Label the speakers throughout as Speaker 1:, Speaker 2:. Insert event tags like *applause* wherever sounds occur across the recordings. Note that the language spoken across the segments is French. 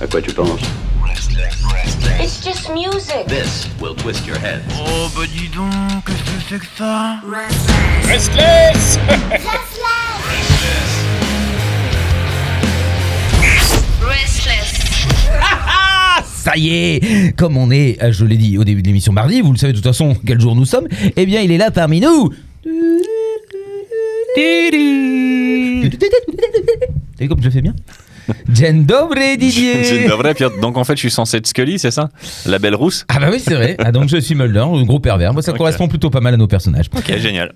Speaker 1: À quoi tu penses
Speaker 2: It's just music.
Speaker 3: This will twist your head.
Speaker 4: Oh bah dis donc, qu'est-ce que c'est que ça
Speaker 5: Restless
Speaker 2: Restless.
Speaker 6: Ah, ça y est Comme on est, euh, je l'ai dit au début de l'émission mardi, vous le savez de toute façon quel jour nous sommes, eh bien il est là parmi nous T'as vu comme je le fais bien Jen
Speaker 5: *laughs*
Speaker 6: Dobre
Speaker 5: C'est
Speaker 6: Didier
Speaker 5: de vrai, Pierre. Donc en fait, je suis censé être Scully, c'est ça La belle rousse
Speaker 6: Ah bah oui c'est vrai, ah, donc je suis Mulder, le gros pervers, moi ça
Speaker 5: Ok.
Speaker 6: correspond plutôt pas mal à nos personnages.
Speaker 5: Ok,
Speaker 6: *laughs*
Speaker 5: génial.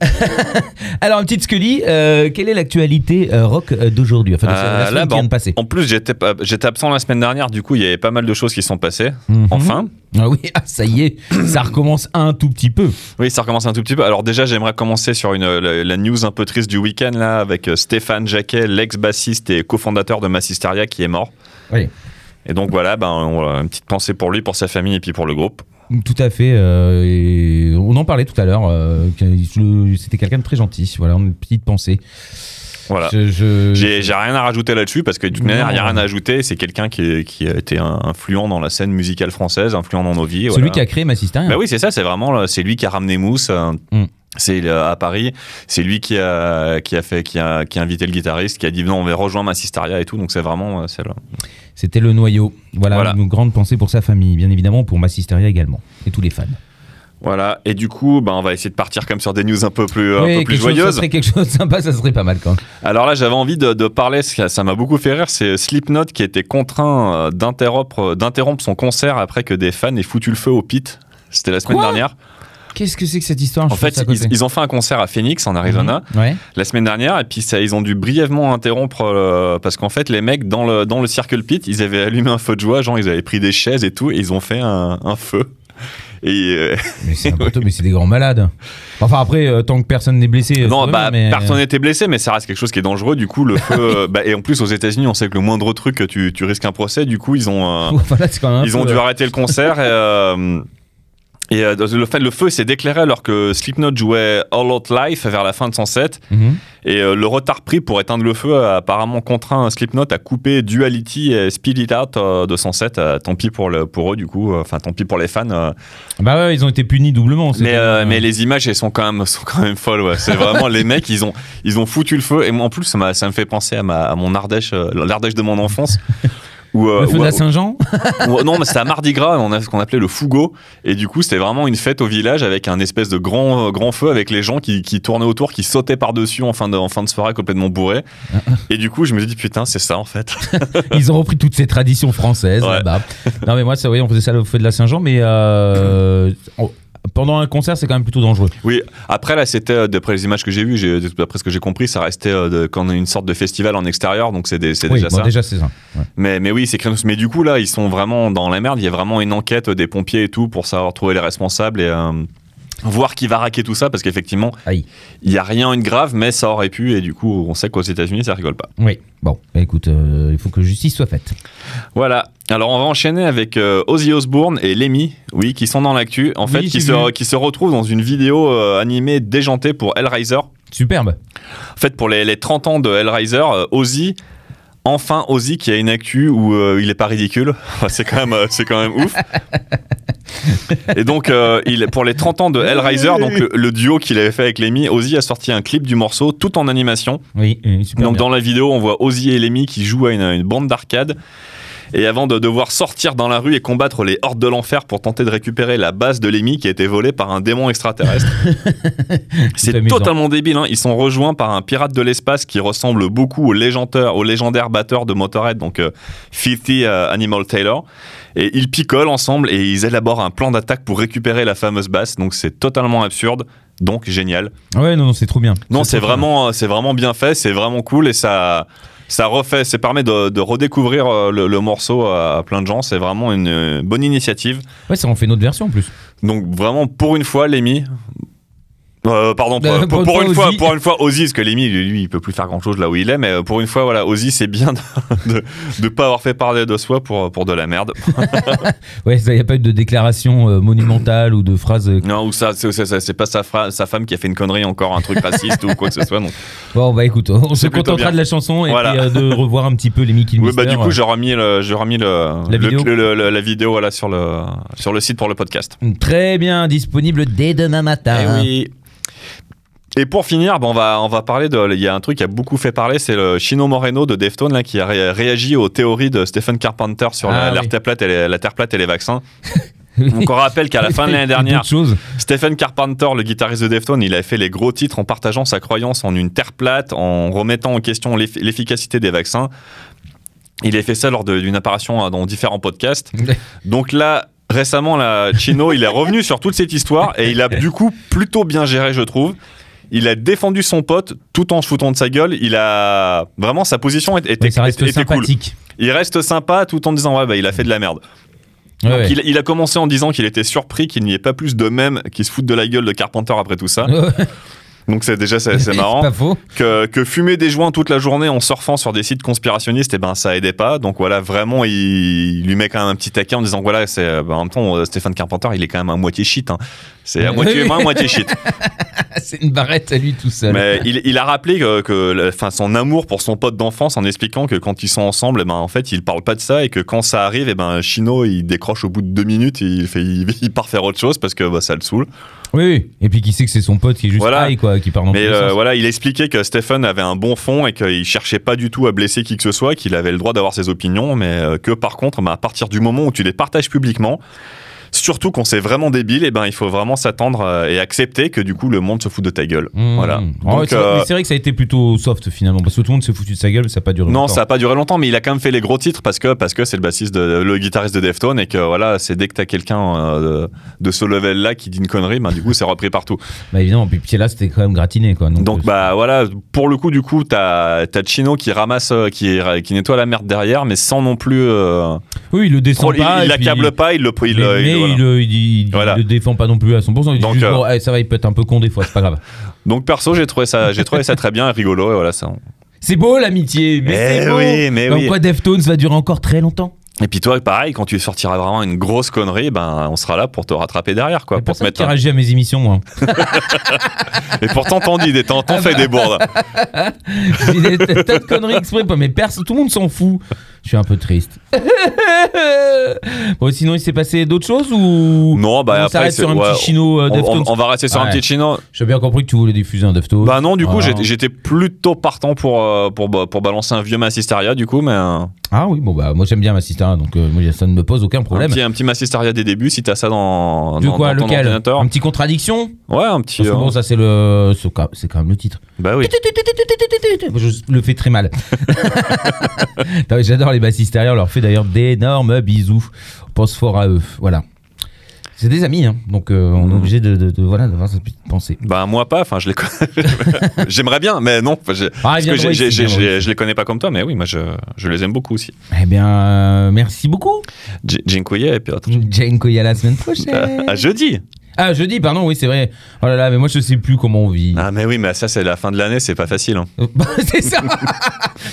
Speaker 6: Alors une petite Scully, euh, quelle est l'actualité euh, rock euh, d'aujourd'hui Enfin de la
Speaker 5: Euh,
Speaker 6: semaine
Speaker 5: là,
Speaker 6: qui
Speaker 5: bon,
Speaker 6: vient de passer.
Speaker 5: En plus, j'étais pas- j'étais absent la semaine dernière, du coup, il y avait pas mal de choses qui sont passées.
Speaker 6: Mhm.
Speaker 5: Enfin.
Speaker 6: Ah oui, ah, ça y est, ça recommence un tout petit peu.
Speaker 5: Oui, ça recommence un tout petit peu. Alors déjà, j'aimerais commencer sur une, la, la news un peu triste du week-end, là, avec euh, Stéphane Jacquet, l'ex-bassiste et cofondateur de Massisteria, qui est mort.
Speaker 6: Oui.
Speaker 5: Et donc voilà, ben, on a une petite pensée pour lui, pour sa famille et puis pour le groupe.
Speaker 6: Tout à fait. euh, et on en parlait tout à l'heure. euh, qu'il- je- C'était quelqu'un de très gentil. Voilà, une petite pensée.
Speaker 5: Voilà.
Speaker 6: Je- je-
Speaker 5: J'ai j'ai rien à rajouter là-dessus parce que d'une
Speaker 6: Non.
Speaker 5: manière, il n'y a rien à ajouter. C'est quelqu'un qui, est- qui a été un- influent dans la scène musicale française, influent dans nos vies.
Speaker 6: Celui
Speaker 5: voilà.
Speaker 6: qui a créé ma sister.
Speaker 5: Bah oui, c'est ça, c'est vraiment là, c'est lui qui a ramené Mousse. euh,
Speaker 6: Mm.
Speaker 5: C'est euh, à Paris, c'est lui qui a qui a fait qui a qui a invité le guitariste, qui a dit non on va rejoindre Massistaria et tout, donc c'est vraiment euh, c'est le-
Speaker 6: C'était le noyau. Voilà,
Speaker 5: Voilà.
Speaker 6: une grande pensée pour sa famille, bien évidemment, pour ma sisteria également. Et tous les fans.
Speaker 5: voilà. Et du coup, ben on va essayer de partir comme sur des news un peu plus un
Speaker 6: Oui,
Speaker 5: peu plus
Speaker 6: quelque chose- ça
Speaker 5: joyeuses.
Speaker 6: serait quelque chose de sympa, ça serait pas mal quand même.
Speaker 5: Alors là, j'avais envie de, de parler, ce que- ça m'a beaucoup fait rire, c'est Slipknot qui était contraint euh, d'interrompre d'interrompre son concert après que des fans aient foutu le feu au pit. C'était la semaine
Speaker 6: Quoi Ah,
Speaker 5: dernière.
Speaker 6: Qu'est-ce que c'est que cette histoire
Speaker 5: En fait, ils, ils ont fait un concert à Phoenix, en Arizona,
Speaker 6: Mhm. Ouais.
Speaker 5: la semaine dernière, et puis ça, ils ont dû brièvement interrompre euh, parce qu'en fait, les mecs dans le, dans le circle pit, ils avaient allumé un feu de joie, genre ils avaient pris des chaises et tout, et ils ont fait un, un feu. Et euh,
Speaker 6: Mais
Speaker 5: *laughs*
Speaker 6: c'est n'importe- mais c'est des grands malades. Enfin, après, euh, tant que personne n'est blessé.
Speaker 5: *laughs* non,
Speaker 6: ça va,
Speaker 5: bah,
Speaker 6: mais- euh, *laughs*
Speaker 5: personne n'était blessé, mais ça reste quelque chose qui est dangereux. Du coup, le feu. euh, bah, et en plus, aux États-Unis, on sait que le moindre truc, euh, tu, tu risques un procès. Du coup, ils ont. euh,
Speaker 6: Enfin, là, c'est quand même un
Speaker 5: Ils ont
Speaker 6: peu-
Speaker 5: dû arrêter le concert et, euh, et, euh, le, fait, le feu s'est déclaré alors que Slipknot jouait All Out Life vers la fin de son set
Speaker 6: Mhm.
Speaker 5: et euh, le retard pris pour éteindre le feu a apparemment contraint Slipknot à couper Duality et Speed It Out euh, de son set. Euh, tant pis pour, le, pour eux du coup, euh, enfin tant pis pour les fans. euh.
Speaker 6: Bah ouais, ils ont été punis doublement.
Speaker 5: Mais,
Speaker 6: c'était-
Speaker 5: euh, mais les images elles sont quand même, sont quand même folles. ouais. C'est vraiment les mecs ils ont, ils ont foutu le feu et moi, en plus ça, m'a- ça me fait penser à, ma, à mon Ardèche, euh, l'Ardèche de mon enfance. Où, euh,
Speaker 6: Le feu
Speaker 5: où-
Speaker 6: de la Saint-Jean
Speaker 5: Ou- non, mais c'était à Mardi Gras, on a ce qu'on appelait le Fougo. Et du coup, c'était vraiment une fête au village avec un espèce de grand, euh, grand feu avec les gens qui, qui tournaient autour, qui sautaient par-dessus en, fin de- en fin de soirée complètement bourrés. Et du coup, je me suis dit, putain, c'est ça en fait.
Speaker 6: Ils ont repris toutes ces traditions françaises
Speaker 5: Ouais.
Speaker 6: là-bas. Non, mais moi, ça, oui, on faisait ça au feu de la Saint-Jean, mais euh, on- pendant un concert, c'est quand même plutôt dangereux.
Speaker 5: Oui, après, là, c'était, euh, d'après les images que j'ai vues, j'ai- d'après ce que j'ai compris, ça restait euh, de- quand on a une sorte de festival en extérieur, donc c'est des- c'est
Speaker 6: oui,
Speaker 5: déjà
Speaker 6: bon,
Speaker 5: ça.
Speaker 6: déjà, c'est ça. Ouais.
Speaker 5: Mais, mais oui, c'est créneau. Mais du coup, là, ils sont vraiment dans la merde. Il y a vraiment une enquête des pompiers et tout pour savoir trouver les responsables et euh, voir qui va raquer tout ça. Parce qu'effectivement,
Speaker 6: Aïe.
Speaker 5: il n'y a rien de grave, mais ça aurait pu. Et du coup, on sait qu'aux États-Unis, ça rigole pas.
Speaker 6: Oui, bon, bah, écoute, euh, il faut que justice soit faite.
Speaker 5: Voilà. Alors, on va enchaîner avec euh, Ozzy Osbourne et Lemmy, oui, qui sont dans l'actu. En
Speaker 6: Oui,
Speaker 5: fait,
Speaker 6: j'ai
Speaker 5: qui
Speaker 6: vu.
Speaker 5: se, qui se retrouvent dans une vidéo euh, animée déjantée pour Hellraiser.
Speaker 6: Superbe.
Speaker 5: En fait, pour les, les 30 ans de Hellraiser, euh, Ozzy, enfin Ozzy qui a une actu où euh, il est pas ridicule. *laughs* Enfin, c'est quand même, euh, c'est quand même ouf. Et donc, euh, il, pour les 30 ans de Hellraiser, donc le, le duo qu'il avait fait avec Lemmy, Ozzy a sorti un clip du morceau tout en animation.
Speaker 6: Oui, euh, super.
Speaker 5: donc,
Speaker 6: bien.
Speaker 5: dans la vidéo, on voit Ozzy et Lemmy qui jouent à une, une bande d'arcade. Et avant de devoir sortir dans la rue et combattre les hordes de l'enfer pour tenter de récupérer la base de Lemmy qui a été volée par un démon
Speaker 6: *laughs*
Speaker 5: extraterrestre.
Speaker 6: C'est
Speaker 5: C'est
Speaker 6: amusant.
Speaker 5: totalement débile. hein. Ils sont rejoints par un pirate de l'espace qui ressemble beaucoup au, légendeur, au légendaire batteur de Motorhead, donc euh, Filthy euh, Animal Taylor. Et ils picolent ensemble et ils élaborent un plan d'attaque pour récupérer la fameuse basse. Donc c'est totalement absurde. Donc génial.
Speaker 6: Ah Ouais, non, non, c'est trop bien.
Speaker 5: Non, c'est
Speaker 6: trop
Speaker 5: vraiment, euh, c'est vraiment bien fait. C'est vraiment cool et ça. Ça refait, ça permet de, de redécouvrir euh, le, le morceau à plein de gens. C'est vraiment une euh, bonne initiative.
Speaker 6: bien. Ouais, ça en fait une autre version en plus.
Speaker 5: Donc vraiment pour une fois, Lémi. Euh, pardon, pour,
Speaker 6: Euh,
Speaker 5: pour-
Speaker 6: pour
Speaker 5: pour
Speaker 6: toi,
Speaker 5: une fois,
Speaker 6: Ozzy.
Speaker 5: pour une fois, Ozzy, parce que Lemmy, lui, lui, il peut plus faire grand chose là où il est, mais euh, pour une fois, voilà, Ozzy, c'est bien *laughs* de, de, de pas avoir fait parler de soi pour, pour de la merde.
Speaker 6: Ouais, il n'y a pas eu de déclaration euh, monumentale ou de phrase. euh,
Speaker 5: Non, ou ça, c'est c'est- c'est- c'est pas sa, fra- sa femme qui a fait une connerie encore, un truc raciste ou quoi que ce soit. Donc.
Speaker 6: Bon, bah écoute, on se
Speaker 5: C'est plutôt
Speaker 6: contentera
Speaker 5: bien.
Speaker 6: de la chanson et
Speaker 5: Voilà.
Speaker 6: puis
Speaker 5: *laughs*
Speaker 6: euh, de revoir un petit peu les Mickey
Speaker 5: Oui, bah du coup,
Speaker 6: Mister.
Speaker 5: j'aurais mis le, j'aurais mis le,
Speaker 6: euh.
Speaker 5: le-
Speaker 6: La vidéo.
Speaker 5: le- le- le- la vidéo voilà, sur, le, sur le site pour le podcast.
Speaker 6: Très bien, disponible dès demain matin.
Speaker 5: Eh oui. Et pour finir, bon, on, va, on va parler de. Il y a un truc qui a beaucoup fait parler, c'est le Chino Moreno de Deftone là, qui a ré- réagi aux théories de Stephen Carpenter sur la,
Speaker 6: Ah
Speaker 5: la
Speaker 6: oui.
Speaker 5: Terre plate et les, la Terre plate et les
Speaker 6: *laughs*
Speaker 5: vaccins. Donc on rappelle qu'à la fin de l'année dernière,
Speaker 6: D'autres choses.
Speaker 5: Stephen Carpenter, le guitariste de Deftone, il a fait les gros titres en partageant sa croyance en une Terre plate, en remettant en question l'eff- l'efficacité des vaccins. Il a fait ça lors de- d'une apparition hein, dans différents podcasts. Donc là, récemment, là, Chino,
Speaker 6: *laughs*
Speaker 5: il est revenu sur toute cette histoire et il a du coup plutôt bien géré, je trouve. Il a défendu son pote tout en se foutant de sa gueule. Il a vraiment sa position était, était-
Speaker 6: Ouais, ça reste
Speaker 5: était cool.
Speaker 6: sympathique.
Speaker 5: Il reste sympa tout en disant ouais bah il a fait de la merde.
Speaker 6: Ouais,
Speaker 5: Donc
Speaker 6: ouais.
Speaker 5: il, il a commencé en disant qu'il était surpris qu'il n'y ait pas plus de mêmes qui se foutent de la gueule de Carpenter après tout
Speaker 6: *laughs*
Speaker 5: ça. Donc c'est déjà c'est c'est marrant
Speaker 6: pas faux. *laughs*
Speaker 5: que, que fumer des joints toute la journée en surfant sur des sites conspirationnistes, et ben ça aidait pas. Donc voilà, vraiment, il, il lui met quand même un petit taquet en disant voilà, c'est euh, ben, en même temps euh, Stéphane Carpenter, il est quand même à moitié shit. hein. C'est à
Speaker 6: Oui,
Speaker 5: moitié
Speaker 6: *laughs* oui.
Speaker 5: humain, à moitié shit.
Speaker 6: C'est une barrette à lui tout seul.
Speaker 5: Mais il, il a rappelé que, que la- enfin, son amour pour son pote d'enfance en expliquant que quand ils sont ensemble, eh ben en fait, ils parlent pas de ça et que quand ça arrive, et ben Chino, il décroche au bout de deux minutes, et il fait, il, il part faire autre chose parce que bah, ça le saoule.
Speaker 6: Oui, oui. Et puis qui sait que c'est son pote qui est juste
Speaker 5: Voilà.
Speaker 6: high, quoi, qui part dans
Speaker 5: Mais
Speaker 6: tous les
Speaker 5: euh,
Speaker 6: sens.
Speaker 5: voilà, il expliquait que Stephen avait un bon fond et qu'il cherchait pas du tout à blesser qui que ce soit, qu'il avait le droit d'avoir ses opinions, mais euh, que par contre, bah, à partir du moment où tu les partages publiquement, surtout qu'on c'est vraiment débile, et ben il faut vraiment s'attendre euh, et accepter que du coup le monde se fout de ta gueule.
Speaker 6: Mmh.
Speaker 5: Voilà.
Speaker 6: Ah ouais,
Speaker 5: Donc,
Speaker 6: c'est vrai-
Speaker 5: euh,
Speaker 6: mais c'est vrai que ça a été plutôt soft finalement, parce que tout le monde s'est foutu de sa gueule, mais ça n'a pas duré
Speaker 5: non,
Speaker 6: longtemps.
Speaker 5: ça a pas duré longtemps, mais il a quand même fait les gros titres parce que parce que c'est le bassiste, de, le guitariste de Deftone et que voilà, c'est dès que t'as quelqu'un euh, de, de ce level-là qui dit une connerie, ben du coup c'est repris partout.
Speaker 6: *laughs* Bah évidemment, puis puis là c'était quand même gratiné quoi. Donc,
Speaker 5: Donc
Speaker 6: euh,
Speaker 5: bah voilà, pour le coup du coup t'as t'as Chino qui ramasse, euh, qui, qui nettoie la merde derrière, mais sans non plus. euh,
Speaker 6: oui, il le
Speaker 5: trop-
Speaker 6: descend
Speaker 5: il
Speaker 6: pas. et puis-
Speaker 5: l'accable pas, il le il,
Speaker 6: mais
Speaker 5: le- il-
Speaker 6: mais il,
Speaker 5: voilà.
Speaker 6: le- il- il- il
Speaker 5: Voilà.
Speaker 6: le défend pas non plus à 100%. Il dit
Speaker 5: Donc,
Speaker 6: juste,
Speaker 5: euh,
Speaker 6: bon, eh, ça va, il peut être un peu con des fois, c'est pas grave.
Speaker 5: Donc perso j'ai trouvé ça j'ai trouvé ça très bien et rigolo et voilà ça.
Speaker 6: C'est beau l'amitié, mais
Speaker 5: Eh
Speaker 6: c'est beau.
Speaker 5: oui, mais
Speaker 6: Comme
Speaker 5: oui.
Speaker 6: quoi Deftones va durer encore très longtemps.
Speaker 5: Et puis toi pareil quand tu sortiras vraiment une grosse connerie, ben on sera là pour te rattraper derrière
Speaker 6: Y
Speaker 5: quoi,
Speaker 6: a
Speaker 5: Bah, pour te
Speaker 6: personne
Speaker 5: mettre.
Speaker 6: qui
Speaker 5: un-
Speaker 6: réagit à mes émissions, moi.
Speaker 5: Et pourtant t'en dis des temps, t'en fais des bourdes.
Speaker 6: *laughs* Je dis des tas tas de conneries exprès, pas- mais personne, tout le monde s'en fout. Je suis un peu triste. bon, sinon, il s'est passé d'autres choses ou
Speaker 5: Non bah
Speaker 6: on
Speaker 5: après
Speaker 6: s'arrête
Speaker 5: c'est-
Speaker 6: sur un
Speaker 5: ouais,
Speaker 6: petit chino euh,
Speaker 5: on,
Speaker 6: Deftones
Speaker 5: on- on va rester sur un
Speaker 6: Ouais.
Speaker 5: petit chino.
Speaker 6: J'ai bien compris que tu voulais diffuser un Deftones.
Speaker 5: Bah non, du coup,
Speaker 6: Ah.
Speaker 5: j'étais- j'étais plutôt partant pour, euh, pour, ba- pour balancer un vieux Massisteria, du coup, mais euh,
Speaker 6: Ah oui, bon bah moi j'aime bien ma sister, donc euh, moi ça ne me pose aucun
Speaker 5: un
Speaker 6: problème.
Speaker 5: petit, un petit Massisteria des débuts, si t'as ça dans,
Speaker 6: De
Speaker 5: dans-
Speaker 6: quoi
Speaker 5: dans ton
Speaker 6: lequel
Speaker 5: ordinateur.
Speaker 6: Un petit contradiction
Speaker 5: Ouais, un petit.
Speaker 6: Parce que
Speaker 5: euh,
Speaker 6: bon ça c'est le c'est quand- c'est quand même le titre.
Speaker 5: Bah oui.
Speaker 6: Je le fais très mal. Non, mais J'adore les bassistes arrière, on leur fait d'ailleurs d'énormes bisous. On pense fort à eux, voilà. C'est des amis, hein, donc euh, on est
Speaker 5: Mm.
Speaker 6: obligé de, de- de- voilà d'avoir cette petite pensée.
Speaker 5: Bah moi pas, enfin je les connais.
Speaker 6: *laughs*
Speaker 5: J'aimerais bien, mais non, enfin, j'ai-
Speaker 6: Ah,
Speaker 5: parce que
Speaker 6: viendront
Speaker 5: j'ai-
Speaker 6: ici,
Speaker 5: j'ai- j'ai-
Speaker 6: viendront
Speaker 5: j'ai- je les connais pas comme toi, mais oui, moi je, je les aime beaucoup aussi.
Speaker 6: Eh bien, euh, merci beaucoup.
Speaker 5: J- Jinkoye et puis autres.
Speaker 6: Jane Koya la semaine
Speaker 5: À
Speaker 6: prochaine.
Speaker 5: jeudi.
Speaker 6: Ah jeudi, pardon, oui c'est vrai. Oh là là, mais moi je sais plus comment on vit.
Speaker 5: Ah mais oui, mais ça c'est la fin de l'année, c'est pas facile. hein.
Speaker 6: *laughs* Bah,
Speaker 5: *laughs*
Speaker 6: c'est ça.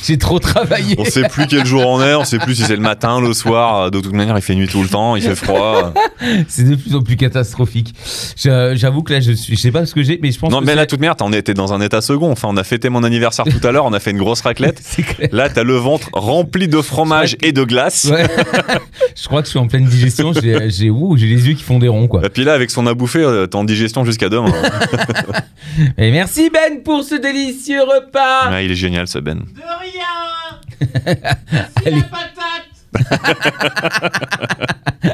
Speaker 6: J'ai trop travaillé.
Speaker 5: On sait plus quel jour on est, on sait plus si c'est le matin, le soir. euh, De toute manière, il fait nuit tout le temps, il fait froid.
Speaker 6: C'est de plus en plus catastrophique. Je- J'avoue que là, je suis, je sais pas ce que j'ai, mais je pense
Speaker 5: Non
Speaker 6: que
Speaker 5: mais là,
Speaker 6: c'est-
Speaker 5: de toute manière, on était dans un état second. Enfin, on a fêté mon anniversaire tout à l'heure, on a fait une grosse raclette.
Speaker 6: *laughs* c'est clair.
Speaker 5: Là, t'as le ventre rempli de fromage et de glace.
Speaker 6: Ouais. je crois que je suis en pleine digestion. J'ai, j'ai, ouh, j'ai les yeux qui font
Speaker 5: *laughs*
Speaker 6: des ronds, quoi.
Speaker 5: Et puis là, avec son à bouffer, euh, t'es en digestion jusqu'à
Speaker 6: *laughs*
Speaker 5: demain.
Speaker 6: Et merci Ben pour ce délicieux repas.
Speaker 5: Ouais, il est génial ce Ben.
Speaker 1: De rien C'est
Speaker 6: Allez.
Speaker 1: la patate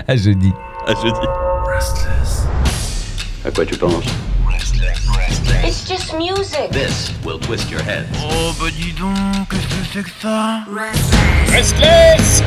Speaker 6: À jeudi.
Speaker 5: À jeudi.
Speaker 3: À quoi tu penses
Speaker 2: It's just music.
Speaker 3: This will twist your head.
Speaker 4: Oh bah dis donc, qu'est-ce que c'est que ça
Speaker 2: Restless.